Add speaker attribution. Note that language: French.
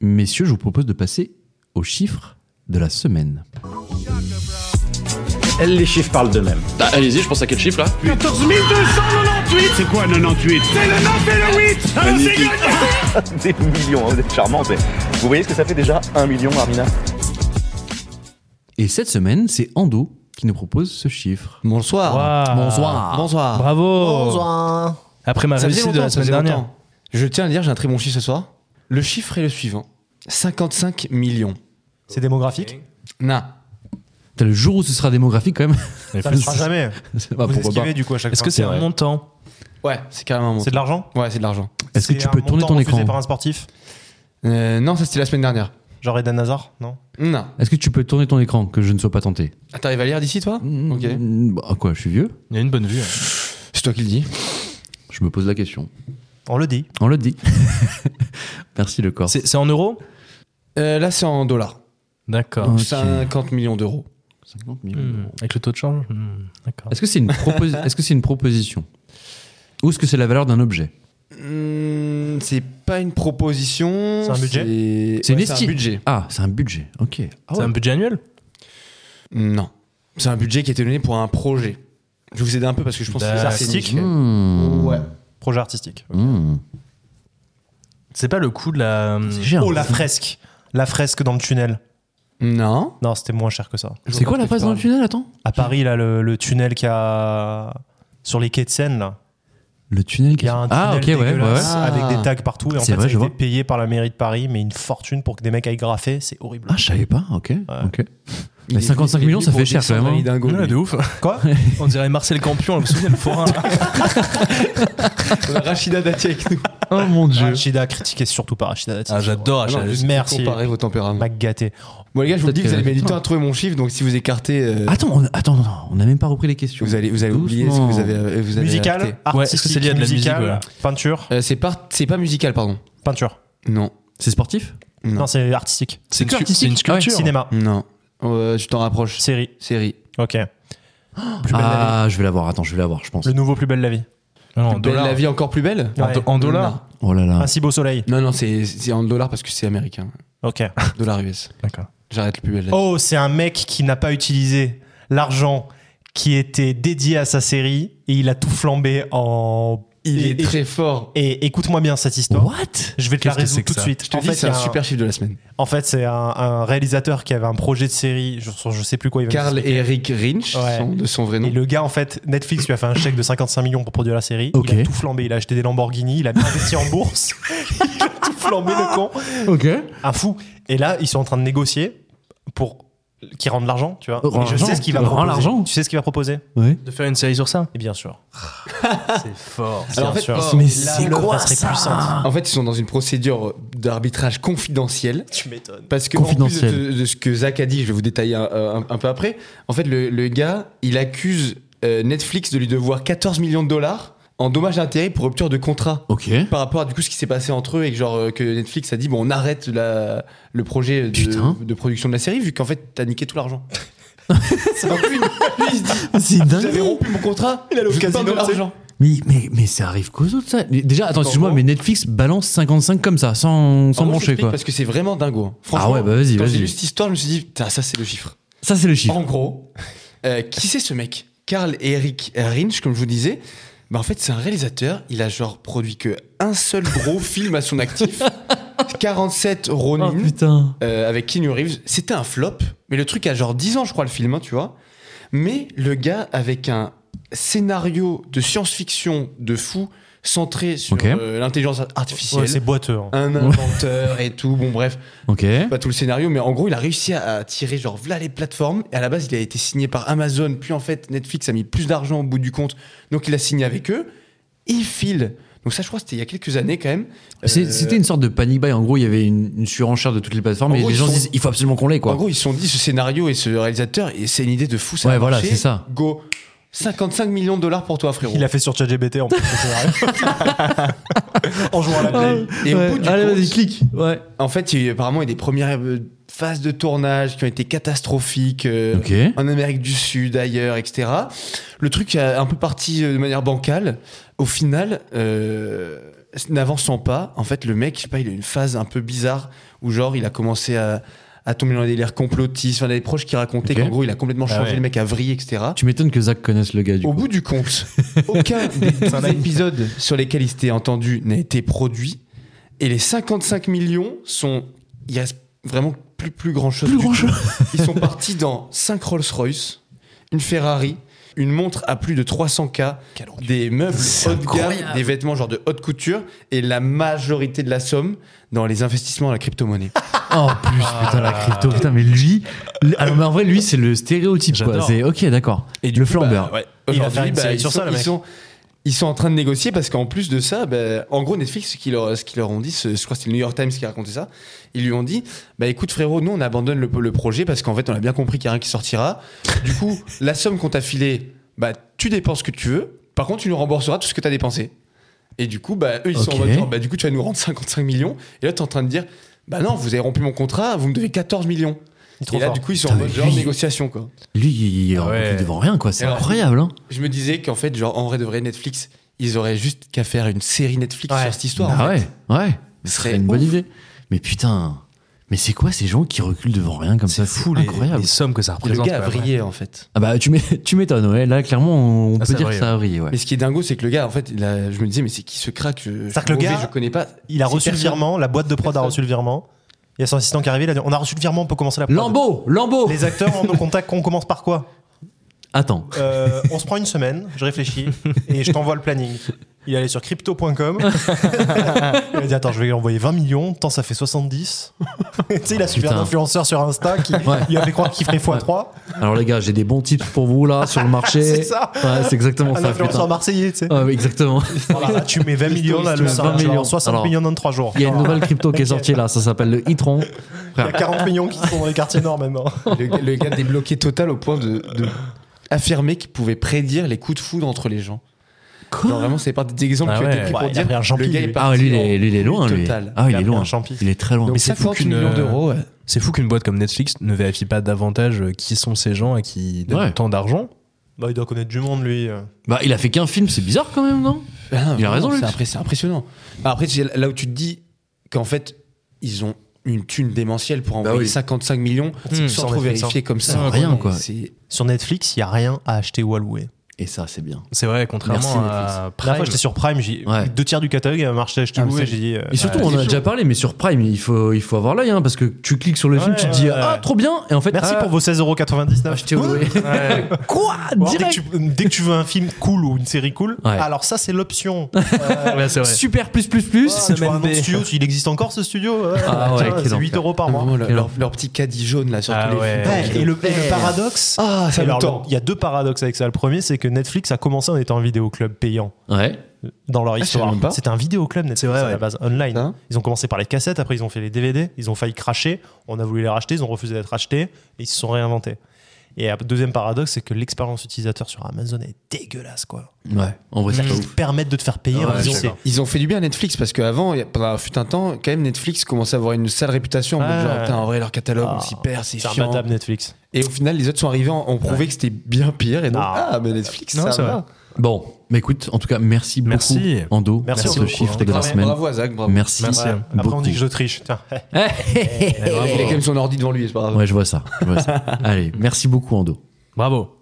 Speaker 1: Messieurs, je vous propose de passer aux chiffres de la semaine.
Speaker 2: Les chiffres parlent d'eux-mêmes.
Speaker 3: Bah, allez-y, je pense à quel chiffre là
Speaker 4: 14 298
Speaker 5: C'est quoi 98
Speaker 4: C'est le 9 et le 8 Alors c'est gagné
Speaker 2: Des millions, hein, vous êtes charmants, mais vous voyez ce que ça fait déjà un million, Armina
Speaker 1: Et cette semaine, c'est Ando qui nous propose ce chiffre.
Speaker 6: Bonsoir.
Speaker 7: Waouh.
Speaker 1: Bonsoir.
Speaker 6: Bonsoir.
Speaker 7: Bravo.
Speaker 6: Bonsoir.
Speaker 7: Après ma
Speaker 6: Ça faisait
Speaker 7: réussite de
Speaker 6: longtemps,
Speaker 7: la
Speaker 6: ça
Speaker 7: semaine
Speaker 6: faisait
Speaker 7: dernière.
Speaker 6: longtemps. Je tiens à le dire, j'ai un très bon chiffre ce soir. Le chiffre est le suivant 55 millions.
Speaker 7: C'est démographique
Speaker 6: Na.
Speaker 1: T'as le jour où ce sera démographique quand même.
Speaker 7: Ça
Speaker 1: ne
Speaker 7: ne
Speaker 1: se fera
Speaker 7: sera jamais.
Speaker 1: Ça va,
Speaker 7: Vous
Speaker 1: pourquoi pas.
Speaker 7: esquivez du coup à chaque
Speaker 3: Est-ce
Speaker 7: fois.
Speaker 3: que c'est
Speaker 7: un
Speaker 3: vrai
Speaker 7: montant
Speaker 6: Ouais, c'est carrément bon.
Speaker 7: C'est de l'argent
Speaker 6: Ouais, c'est de l'argent.
Speaker 1: Est-ce que
Speaker 7: C'est
Speaker 1: tu
Speaker 7: un
Speaker 1: peux tourner
Speaker 7: montant
Speaker 1: ton
Speaker 7: refusé
Speaker 1: écran
Speaker 7: par un sportif
Speaker 6: Euh, non, ça c'était la semaine dernière.
Speaker 7: Genre Eden Hazard Non
Speaker 6: Non.
Speaker 1: Est-ce que tu peux tourner ton écran que je ne sois pas tenté
Speaker 6: Ah, T'arrives à lire d'ici toi Ok.
Speaker 1: Mm, bah, quoi, je suis vieux
Speaker 7: Il y a une bonne vue.
Speaker 6: C'est toi qui le dis.
Speaker 1: Je me pose la question.
Speaker 7: On le dit.
Speaker 1: On le dit. Merci le corps.
Speaker 7: C'est c'est en euros
Speaker 6: Euh, là, c'est en dollars.
Speaker 7: D'accord.
Speaker 1: Ok.
Speaker 6: 50 millions d'euros.
Speaker 1: 50 000.
Speaker 7: Hmm, Avec le taux de change Hmm, D'accord.
Speaker 1: Est-ce que c'est une, proposi- est-ce que c'est une proposition Ou est-ce que c'est la valeur d'un objet
Speaker 6: Hmm, c'est pas une proposition.
Speaker 7: C'est un budget
Speaker 1: C'est
Speaker 6: ouais,
Speaker 1: une
Speaker 6: un
Speaker 1: esti-
Speaker 6: budget.
Speaker 1: Ah, c'est un budget. Ok. Ah
Speaker 7: C'est
Speaker 1: ouais.
Speaker 7: un budget annuel
Speaker 6: Non. C'est un budget qui a été donné pour un projet. Je vais vous aider un peu parce que je pense que c'est
Speaker 7: Artistique.
Speaker 6: artistique.
Speaker 1: Hmm.
Speaker 6: Ouais.
Speaker 7: Projet artistique.
Speaker 1: Hmm.
Speaker 7: C'est pas le coût de la.
Speaker 6: Ah,
Speaker 1: C'est cher.
Speaker 7: Oh, la fresque La fresque dans le tunnel.
Speaker 6: Non.
Speaker 7: Non, c'était moins cher que ça.
Speaker 1: C'est quoi la phrase dans le tunnel Attends.
Speaker 7: À Paris, là, le, le tunnel qu'il y a sur les quais de Seine, là.
Speaker 1: Le tunnel qui
Speaker 7: Il y a un tunnel
Speaker 1: Ah, ok, ouais, ouais, ouais.
Speaker 7: dégueulasse avec des tags partout. Et en
Speaker 1: C'est
Speaker 7: fait,
Speaker 1: vrai,
Speaker 7: ça a
Speaker 1: je
Speaker 7: été
Speaker 1: vois.
Speaker 7: payé par la mairie de Paris, mais une fortune pour que des mecs aillent graffer. C'est horrible.
Speaker 1: Ah, je savais pas. Ok. ok. Mais 55 millions, ça fait cher, quand même, hein.
Speaker 6: de ouf.
Speaker 7: Quoi On dirait Marcel Campion, vous vous souvenez, le forain.
Speaker 6: Rachida Dati avec nous.
Speaker 1: Oh mon
Speaker 7: Rachida, critiquez surtout pas Rachida Dati.
Speaker 3: Ah, j'adore
Speaker 6: Ah non,
Speaker 3: Rachida.
Speaker 6: juste
Speaker 7: Merci.
Speaker 6: Comparer vos tempéraments.
Speaker 7: M'a gâté.
Speaker 6: Bon, les gars, je vous le dis,
Speaker 1: Peut-être
Speaker 6: vous allez
Speaker 1: que-
Speaker 6: mettre du temps à trouver mon chiffre. Donc, si vous écartez, euh,
Speaker 1: Attends, on, attends, attends, on n'a même pas repris les questions.
Speaker 6: vous allez, vous allez oublier ce que
Speaker 1: Ah, Doucement.
Speaker 6: vous avez. euh, Vous avez
Speaker 7: Musical, Ah.
Speaker 6: raté.
Speaker 7: artistique,
Speaker 3: Ouais, est-ce que c'est lié à de la musique,
Speaker 7: musical,
Speaker 3: voilà.
Speaker 7: peinture,
Speaker 6: Euh, c'est pas, c'est pas musical, pardon.
Speaker 7: peinture.
Speaker 6: Non.
Speaker 1: C'est sportif
Speaker 6: Non.
Speaker 7: Non, c'est artistique.
Speaker 3: C'est
Speaker 1: que
Speaker 3: une, scu-
Speaker 1: artistique.
Speaker 3: c'est une
Speaker 6: Ah
Speaker 3: sculpture.
Speaker 7: Cinéma,
Speaker 6: Non. Euh, je t'en rapproche.
Speaker 7: série.
Speaker 6: Série.
Speaker 7: Ok. Plus belle la vie.
Speaker 1: Ah, je vais l'avoir. Attends, je vais l'avoir, je pense.
Speaker 7: Le nouveau plus belle la vie.
Speaker 3: Ah non, en
Speaker 6: Belle
Speaker 3: dollars.
Speaker 6: la vie encore plus belle.
Speaker 7: Ouais.
Speaker 3: En, do- en dollars
Speaker 1: Oh là là.
Speaker 7: Un si beau soleil.
Speaker 6: Non, non, c'est, c'est en dollars parce que c'est américain.
Speaker 7: Ok.
Speaker 6: Dollar US.
Speaker 7: D'accord.
Speaker 6: J'arrête le plus belle. la vie.
Speaker 7: Oh, c'est un mec qui n'a pas utilisé l'argent qui était dédié à sa série et il a tout flambé en.
Speaker 6: Il
Speaker 7: et,
Speaker 6: est très fort.
Speaker 7: et- et écoute-moi bien cette histoire.
Speaker 1: What
Speaker 7: Je vais te la
Speaker 3: Qu'est-ce que c'est
Speaker 7: résoudre
Speaker 3: que
Speaker 7: tout de
Speaker 3: ça
Speaker 7: suite.
Speaker 6: Je te
Speaker 7: en,
Speaker 6: dis,
Speaker 7: fait,
Speaker 6: c'est
Speaker 7: il
Speaker 6: un
Speaker 7: y a un-
Speaker 6: super chiffre de la semaine.
Speaker 7: en fait, c'est un, un réalisateur qui avait un projet de série. Je, je sais plus quoi il va
Speaker 6: Karl Eric Rinch,
Speaker 7: Ouais.
Speaker 6: son- de son vrai nom.
Speaker 7: Et le gars, en fait, Netflix lui a fait un chèque de 55 millions pour produire la série.
Speaker 1: Ok.
Speaker 7: Il a tout flambé. Il a acheté des Lamborghini, il a investi en bourse. Il a tout flambé, le con.
Speaker 1: Ok.
Speaker 7: Un fou. Et là, ils sont en train de négocier pour qu'il rende l'argent, tu vois.
Speaker 1: Oh, rends
Speaker 7: Et je
Speaker 1: l'argent.
Speaker 7: sais ce qu'il va
Speaker 1: Rends
Speaker 7: proposer.
Speaker 1: l'argent.
Speaker 7: Tu sais ce qu'il va proposer
Speaker 1: Ouais.
Speaker 3: De faire une série sur ça
Speaker 7: Et bien sûr. c'est fort.
Speaker 6: Alors, en fait, ils sont-
Speaker 7: Oh, mais
Speaker 6: là,
Speaker 7: c'est
Speaker 6: le
Speaker 7: quoi ça puissante.
Speaker 6: En fait, ils sont dans une procédure d'arbitrage confidentielle.
Speaker 7: Tu m'étonnes.
Speaker 6: Parce que,
Speaker 1: Confidentiel.
Speaker 6: en plus de, de ce que Zach a dit, je vais vous détailler un, un- un peu après. En fait, le, le gars, il accuse euh, Netflix de lui devoir 14 millions de dollars en dommages d'intérêt pour rupture de contrat.
Speaker 7: Ah,
Speaker 1: Ok.
Speaker 6: Par rapport à du coup ce qui s'est passé entre eux et que, genre, euh, que Netflix a dit bon, on arrête la- le projet
Speaker 1: Putain.
Speaker 6: de, de production de la série vu qu'en fait, t'as niqué tout l'argent. Donc lui, lui, il se dit
Speaker 1: C'est
Speaker 6: j'avais rompu mon contrat, il a
Speaker 7: au casino, tu sais.
Speaker 6: l'argent.
Speaker 1: Mais, mais, mais ça arrive qu'aux autres, ça. Mais Déjà, attends, excuse-moi,
Speaker 6: Comment
Speaker 1: mais Netflix balance 55 comme ça, sans, sans
Speaker 6: En gros, je
Speaker 1: brancher,
Speaker 6: t'explique
Speaker 1: quoi.
Speaker 6: Parce que c'est vraiment dingo. hein. Franchement,
Speaker 1: ouais, bah vas-y,
Speaker 6: quand
Speaker 1: vas-y.
Speaker 6: j'ai lu cette histoire, je me suis dit, putain, ça c'est le chiffre.
Speaker 1: Ça, c'est le chiffre.
Speaker 6: En gros, euh, qui c'est ce mec Karl Eric Rinch, comme je vous disais. Bah en fait, c'est un réalisateur. Il a genre produit que un seul gros film à son actif. 47
Speaker 1: Oh,
Speaker 6: Ronin
Speaker 1: putain.
Speaker 6: euh, avec Keanu Reeves. C'était un flop. Mais le truc a genre 10 ans, je crois, le film, hein, tu vois. Mais le gars avec un scénario de science-fiction de fou centré sur
Speaker 1: Ok.
Speaker 6: euh, l'intelligence artificielle.
Speaker 7: Ouais, c'est boiteux. hein.
Speaker 6: un inventeur et tout, bon bref,
Speaker 1: Ok.
Speaker 6: pas tout le scénario, mais en gros, il a réussi à, à tirer genre v'là les plateformes. Et à la base, il a été signé par Amazon, puis en fait, Netflix a mis plus d'argent au bout du compte, donc il a signé avec eux. Il file. Donc ça, je crois, c'était il y a quelques années quand même.
Speaker 1: C'est-
Speaker 6: Euh,
Speaker 1: C'était une sorte de panic buy. En gros, il y avait une, une surenchère de toutes les plateformes
Speaker 6: En
Speaker 1: et
Speaker 6: gros,
Speaker 1: les
Speaker 6: ils
Speaker 1: gens se
Speaker 6: sont-
Speaker 1: disent il faut absolument qu'on l'ait, quoi.
Speaker 6: En gros, ils se sont dit ce scénario et ce réalisateur, et c'est une idée de fou. Ça a
Speaker 1: Ouais, voilà,
Speaker 6: marché.
Speaker 1: c'est ça.
Speaker 6: Go. 55 millions de dollars pour toi, frérot.
Speaker 7: Il a fait sur ChatGPT en plus. le scénario. en jouant à la play.
Speaker 6: Et au bout du compte-
Speaker 1: clique. Ouais.
Speaker 6: En fait, il y a eu apparemment des premières euh, phases de tournage qui ont été catastrophiques. euh,
Speaker 1: Ok.
Speaker 7: Mhm.
Speaker 6: en Amérique du Sud, ailleurs, etc. Le truc est un peu parti euh, de manière bancale. Au final, euh, n'avançant pas, en fait, le mec, je sais pas, il a une phase un peu bizarre où genre il a commencé à, à tomber dans des délires complotistes, enfin, il y a des proches qui racontaient
Speaker 1: Ok.
Speaker 6: qu'en gros il a complètement
Speaker 7: Ah
Speaker 6: changé,
Speaker 7: ouais.
Speaker 6: le mec a vrillé, etc.
Speaker 1: Tu m'étonnes que Zach connaisse le gars du
Speaker 6: Au
Speaker 1: coup.
Speaker 6: bout du compte, aucun des dix épisodes sur lesquels il s'était entendu n'a été produit. Et les 55 millions sont. Il reste vraiment plus, plus grand chose. du tout. Ils sont partis dans 5 Rolls-Royce, une Ferrari, une montre à plus de 300K, des meubles haut de gamme, des vêtements genre de haute couture, et la majorité de la somme dans les investissements à la crypto-monnaie.
Speaker 1: Oh plus, putain, la crypto, putain, mais lui. le- Alors, mais en vrai, lui, c'est le stéréotype, quoi.
Speaker 7: J'adore.
Speaker 1: C'est ok, d'accord.
Speaker 6: Et
Speaker 1: Le flambeur.
Speaker 6: bah, ouais.
Speaker 7: Il va
Speaker 6: Aujourd'hui,
Speaker 7: faire une
Speaker 6: bah,
Speaker 7: série
Speaker 6: ils
Speaker 7: sur
Speaker 6: sont-
Speaker 7: ça, le
Speaker 6: ils
Speaker 7: mec.
Speaker 6: sont- ils sont en train de négocier parce qu'en plus de ça, bah, en gros, Netflix, ce qu'ils leur, ce qu'ils leur ont dit, ce- je crois que c'est le New York Times qui a raconté ça, ils lui ont dit bah, écoute, frérot, nous, on abandonne le, le projet parce qu'en fait, on a bien compris qu'il n'y a rien qui sortira. Du coup, la somme qu'on t'a filée, bah, tu dépenses ce que tu veux. Par contre, tu nous rembourseras tout ce que tu as dépensé. Et du coup, bah, eux, ils sont en
Speaker 1: Ok.
Speaker 6: mode genre, bah, du coup, tu vas nous rendre 55 millions. Et là, tu es en train de dire bah non, vous avez rompu mon contrat, vous me devez 14 millions.
Speaker 7: Il est trop
Speaker 6: Et là,
Speaker 7: fort.
Speaker 6: du coup, ils sont en
Speaker 1: Putain,
Speaker 6: mode
Speaker 1: mais
Speaker 6: genre
Speaker 1: lui-
Speaker 6: négociation, quoi.
Speaker 1: Lui, il est
Speaker 7: Ah ouais.
Speaker 1: devant rien, quoi. C'est
Speaker 6: Alors,
Speaker 1: incroyable, hein.
Speaker 6: Je me disais qu'en fait, genre, en vrai de vrai, Netflix, ils auraient juste qu'à faire une série Netflix
Speaker 7: Ouais.
Speaker 6: sur cette histoire. hein.
Speaker 1: Ah
Speaker 6: en fait.
Speaker 1: ouais, ouais. Ce
Speaker 6: serait
Speaker 1: serait une bonne
Speaker 6: ouf.
Speaker 1: idée. Mais putain. Mais c'est quoi ces gens qui reculent devant rien comme ça
Speaker 3: C'est fou les,
Speaker 1: incroyable.
Speaker 3: les sommes que ça
Speaker 6: Et Le
Speaker 3: représente.
Speaker 6: gars a
Speaker 3: quoi, après.
Speaker 6: brillé, en fait.
Speaker 1: Ah bah tu m'é- tu m'étonnes, ouais. Là, clairement, on on peut
Speaker 7: Ah, ça
Speaker 1: dire
Speaker 7: brille,
Speaker 1: que ça a brillé, ouais.
Speaker 6: Mais ce qui est dingo, c'est que le gars, en fait, il a- je me disais, mais c'est qui ce crack je, je,
Speaker 7: C'est-à-dire que le
Speaker 6: mauvais,
Speaker 7: gars-
Speaker 6: je connais pas.
Speaker 7: Il a
Speaker 6: C'est
Speaker 7: reçu le
Speaker 6: personne.
Speaker 7: virement, la boîte de prod a reçu le virement. Il y a son assistant qui est arrivé, il a dit On a reçu le virement, on peut commencer la prod.
Speaker 1: Lambeau, Lambeau.
Speaker 7: Les acteurs en nos contacts, on commence par quoi
Speaker 1: Attends.
Speaker 7: Euh, On se prend une semaine, je réfléchis et je t'envoie le planning. Il est allé sur crypto.com. il a dit Attends, je vais lui envoyer 20 millions, tant ça fait 70. tu sais, il a suivi un
Speaker 1: Putain.
Speaker 7: influenceur sur Insta qui lui a fait croire qu'il ferait x3.
Speaker 1: Alors les gars, j'ai des bons tips pour vous là sur le marché.
Speaker 7: C'est ça.
Speaker 1: Ouais, c'est exactement
Speaker 7: Un
Speaker 1: ça.
Speaker 7: influenceur
Speaker 1: Putain.
Speaker 7: marseillais, tu sais.
Speaker 1: Ouais, exactement.
Speaker 7: Voilà, là, tu mets 20 millions, là, le
Speaker 1: 20
Speaker 7: soir, tu vas avoir
Speaker 1: millions.
Speaker 7: 60
Speaker 1: Alors,
Speaker 7: millions dans 3 jours.
Speaker 1: Il y a une nouvelle crypto qui est sortie là, ça s'appelle le Itron.
Speaker 7: Il y a 40 millions qui sont dans les quartiers nord maintenant.
Speaker 6: Le, gars- le gars débloqué total au point de, de affirmer qu'il pouvait prédire les coups de foudre entre les gens. Genre, vraiment, c'est par des exemples
Speaker 3: Ah
Speaker 6: qui ont été
Speaker 3: ouais.
Speaker 6: pris
Speaker 7: Ouais,
Speaker 6: pour
Speaker 7: il a
Speaker 6: dire
Speaker 7: pris un champi,
Speaker 6: le gars
Speaker 7: lui.
Speaker 6: est
Speaker 1: Ah
Speaker 6: parti
Speaker 1: ouais, lui, il
Speaker 6: en
Speaker 1: est, lui, il est loin
Speaker 6: lutte
Speaker 1: lui.
Speaker 6: totale.
Speaker 1: Ah, il
Speaker 7: Il a
Speaker 1: est
Speaker 7: pris
Speaker 1: loin.
Speaker 7: un champi.
Speaker 1: Il est très loin.
Speaker 6: Donc
Speaker 3: c'est fou
Speaker 6: 50
Speaker 3: qu'une,
Speaker 6: millions
Speaker 3: euh,
Speaker 6: d'euros. ouais.
Speaker 3: C'est fou qu'une boîte comme Netflix ne vérifie pas davantage euh, qui sont ces gens à qui donnent
Speaker 1: Ouais.
Speaker 3: tant d'argent.
Speaker 7: Bah, il doit connaître du monde, lui. euh.
Speaker 1: Bah, il a fait qu'un film, c'est bizarre quand même, non
Speaker 6: Ah,
Speaker 1: Il a
Speaker 6: non,
Speaker 1: raison,
Speaker 6: c'est
Speaker 1: Luc.
Speaker 6: impré- C'est impressionnant. Bah, Après, c'est là où tu te dis qu'en fait, ils ont une thune démentielle pour envoyer
Speaker 1: oui.
Speaker 6: 55 millions sans
Speaker 7: sans
Speaker 6: trop
Speaker 7: Netflix,
Speaker 6: vérifier comme ça.
Speaker 1: Ah, rien, quoi.
Speaker 6: C'est-
Speaker 7: Sur Netflix, il n'y a rien à acheter ou à louer.
Speaker 1: Et ça, c'est bien.
Speaker 3: C'est vrai,
Speaker 1: Merci,
Speaker 3: contrairement
Speaker 1: Netflix.
Speaker 3: à
Speaker 7: La dernière fois,
Speaker 3: Prime.
Speaker 7: j'étais sur Prime, j'ai
Speaker 1: Ouais.
Speaker 7: deux tiers du catalogue, il y avait marché acheter
Speaker 6: Ah,
Speaker 7: ou
Speaker 6: mais
Speaker 7: louer.
Speaker 6: ça-
Speaker 7: J'ai dit. euh,
Speaker 1: Et surtout,
Speaker 7: ouais,
Speaker 1: on en a
Speaker 7: c'est
Speaker 1: déjà
Speaker 7: chaud.
Speaker 1: parlé, mais sur Prime, il faut, il faut avoir l'œil, hein, parce que tu cliques sur le film,
Speaker 7: Ouais,
Speaker 1: tu te dis
Speaker 7: ouais,
Speaker 1: Ah,
Speaker 7: ouais.
Speaker 1: trop bien Et en fait,
Speaker 7: Merci
Speaker 1: ah,
Speaker 7: pour vos 16,99€.
Speaker 1: acheter au louer.
Speaker 7: Ouais.
Speaker 1: Quoi
Speaker 7: Ou alors, Dès, que
Speaker 1: Direct
Speaker 7: tu, dès que tu veux un film cool ou une série cool,
Speaker 1: Ouais.
Speaker 7: alors ça, c'est l'option. Euh,
Speaker 3: Ouais, c'est vrai.
Speaker 1: Super plus plus plus
Speaker 7: tu vois un
Speaker 3: semaine
Speaker 7: autre
Speaker 3: B.
Speaker 7: studio, il existe encore ce studio ouais,
Speaker 1: Ah ouais,
Speaker 7: tiens,
Speaker 1: quel
Speaker 7: C'est 8
Speaker 1: enfer.
Speaker 7: euros par mois.
Speaker 6: Vraiment, leur,
Speaker 1: quel
Speaker 6: leur- leur petit caddie jaune là sur
Speaker 3: Ah
Speaker 6: tous les
Speaker 3: ouais.
Speaker 6: films.
Speaker 7: Ouais, et, le, et le paradoxe,
Speaker 6: Ah, ça
Speaker 7: et
Speaker 6: me
Speaker 7: alors,
Speaker 6: tend.
Speaker 7: le- il y a deux paradoxes avec ça. Le premier, c'est que Netflix a commencé en étant un vidéoclub payant
Speaker 1: Ouais.
Speaker 7: dans leur
Speaker 6: Ah, je savais
Speaker 7: histoire.
Speaker 6: même pas.
Speaker 7: C'était un vidéoclub Netflix à la base, online.
Speaker 6: Hein
Speaker 7: ils ont commencé par les cassettes, après ils ont fait les DVD, ils ont failli cracher, on a voulu les racheter, ils ont refusé d'être rachetés, et ils se sont réinventés. Et euh, deuxième paradoxe, c'est que l'expérience utilisateur sur Amazon est dégueulasse, quoi.
Speaker 1: Ouais. En vrai, c'est pas
Speaker 7: Ils
Speaker 1: ouf.
Speaker 7: te permettent de te faire payer. en
Speaker 3: Ouais,
Speaker 7: disant,
Speaker 3: je suis
Speaker 7: c'est-
Speaker 6: Ils ont fait du bien à Netflix parce qu'avant, il y a- pendant un fut un temps, quand même, Netflix commençait à avoir une sale réputation. en mode
Speaker 7: Ouais.
Speaker 6: genre, putain, en vrai, leur catalogue,
Speaker 7: Ah,
Speaker 6: on s'y perd, c'est
Speaker 7: c'est
Speaker 6: chiant.
Speaker 7: imbattable Netflix.
Speaker 6: Et au final, les autres sont arrivés, en- ont prouvé que c'était bien pire. Et donc,
Speaker 7: Ah.
Speaker 6: ah, mais Netflix,
Speaker 3: Non, c'est
Speaker 6: ça
Speaker 3: vrai.
Speaker 6: va.
Speaker 1: Bon, mais écoute, en tout cas, merci,
Speaker 3: Merci.
Speaker 1: beaucoup, Ando,
Speaker 7: Merci
Speaker 1: pour ce
Speaker 7: beaucoup, hein.
Speaker 1: chiffre de la
Speaker 6: Bravo,
Speaker 1: semaine.
Speaker 6: bravo à Zach, bravo.
Speaker 1: Merci. Eh,
Speaker 3: Merci.
Speaker 7: Ouais. Après, on
Speaker 1: beaucoup.
Speaker 7: dit que je triche. Tiens.
Speaker 6: Eh,
Speaker 1: eh,
Speaker 6: Il a quand même son ordi devant lui, c'est pas grave.
Speaker 1: Ouais, je vois ça. je vois ça. Allez, merci beaucoup, Ando.
Speaker 3: Bravo.